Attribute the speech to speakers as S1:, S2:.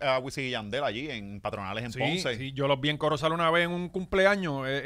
S1: a Wisin y Yandel allí en Patronales en
S2: Sí,
S1: Ponce.
S2: sí, yo los vi en Corozal una vez en un cumpleaños. eh,